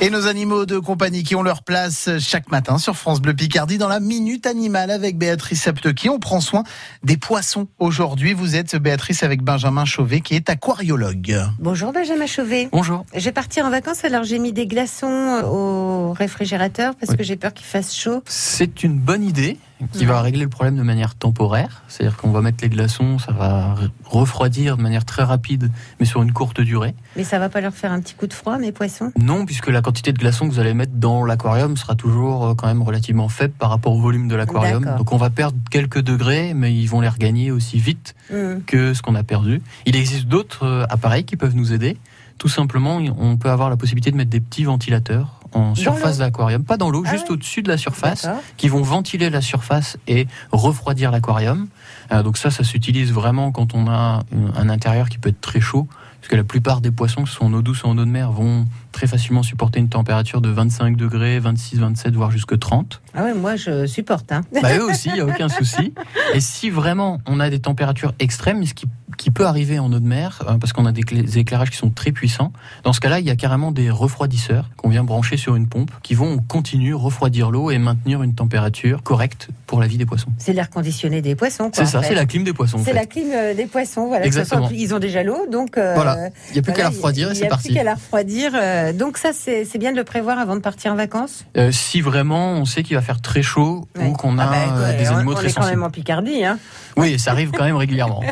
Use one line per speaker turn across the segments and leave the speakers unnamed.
Et nos animaux de compagnie qui ont leur place chaque matin sur France Bleu Picardie dans la Minute Animale avec Béatrice Saptequi. On prend soin des poissons. Aujourd'hui, vous êtes Béatrice avec Benjamin Chauvet qui est aquariologue.
Bonjour Benjamin Chauvet.
Bonjour.
Je vais partir en vacances, alors j'ai mis des glaçons euh, au réfrigérateur parce que j'ai peur qu'il fasse chaud.
C'est une bonne idée qui va régler le problème de manière temporaire. C'est-à-dire qu'on va mettre les glaçons, ça va re- refroidir de manière très rapide, mais sur une courte durée.
Mais ça va pas leur faire un petit coup de froid, mes poissons
Non, puisque la quantité de glaçons que vous allez mettre dans l'aquarium sera toujours euh, quand même relativement faible par rapport au volume de l'aquarium.
D'accord.
Donc on va perdre quelques degrés, mais ils vont les regagner aussi vite
Hmm.
que ce qu'on a perdu. Il existe d'autres euh, appareils qui peuvent nous aider. Tout simplement, on peut avoir la possibilité de mettre des petits ventilateurs en surface d'aquarium, pas dans l'eau,
Ah
juste
ouais.
au-dessus de la surface,
D'accord.
qui vont ventiler la surface et refroidir l'aquarium. Euh, donc ça, ça s'utilise vraiment quand on a une- un intérieur qui peut être très chaud, parce que la plupart des poissons, que ce soit en eau douce ou en eau de mer, vont très facilement supporter une température de 25 degrés, 26, 27, voire jusque 30.
Ah ouais, moi je supporte. Hein.
Bah, eux aussi, il n'y a aucun souci. Et si vraiment on a des températures extrêmes, ce qui, qui peut arriver en eau de mer, euh, parce qu'on a des, clé- des éclairages qui sont très puissants, dans ce cas-là, il y a carrément des refroidisseurs qu'on vient brancher sur une pompe qui vont continuer refroidir l'eau et maintenir une tempéraire correcte pour la vie des poissons.
C'est l'air conditionné des poissons. quoi,
C'est
en
ça,
fait.
c'est la clim des poissons. en
C'est
fait.
la clim euh, des poissons. Voilà,
Exactement.
Ils ont déjà l'eau, donc. euh,
Voilà. Il n'y a plus
voilà,
qu'à la refroidir et
il y a
c'est parti.
plus qu'à la refroidir. euh, donc ça, c'est c'est bien de le prévoir avant de partir en vacances.
Euh, si vraiment on sait qu'il va faire très chaud
Ouais.
ou qu'on a
Ah bah,
euh,
quoi,
des
on-
animaux
on,
très
est quand même
sensibles.
en Picardie. Hein.
Oui, ça arrive quand même régulièrement.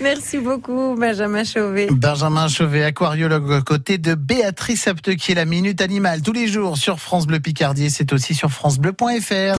Merci beaucoup, Benjamin Chauvet.
Benjamin Chauvet, aquariologue à côté de Béatrice Saptequi, la Minute Animale tous les jours sur France Bleu Picardie. C'est aussi sur francebleu.fr.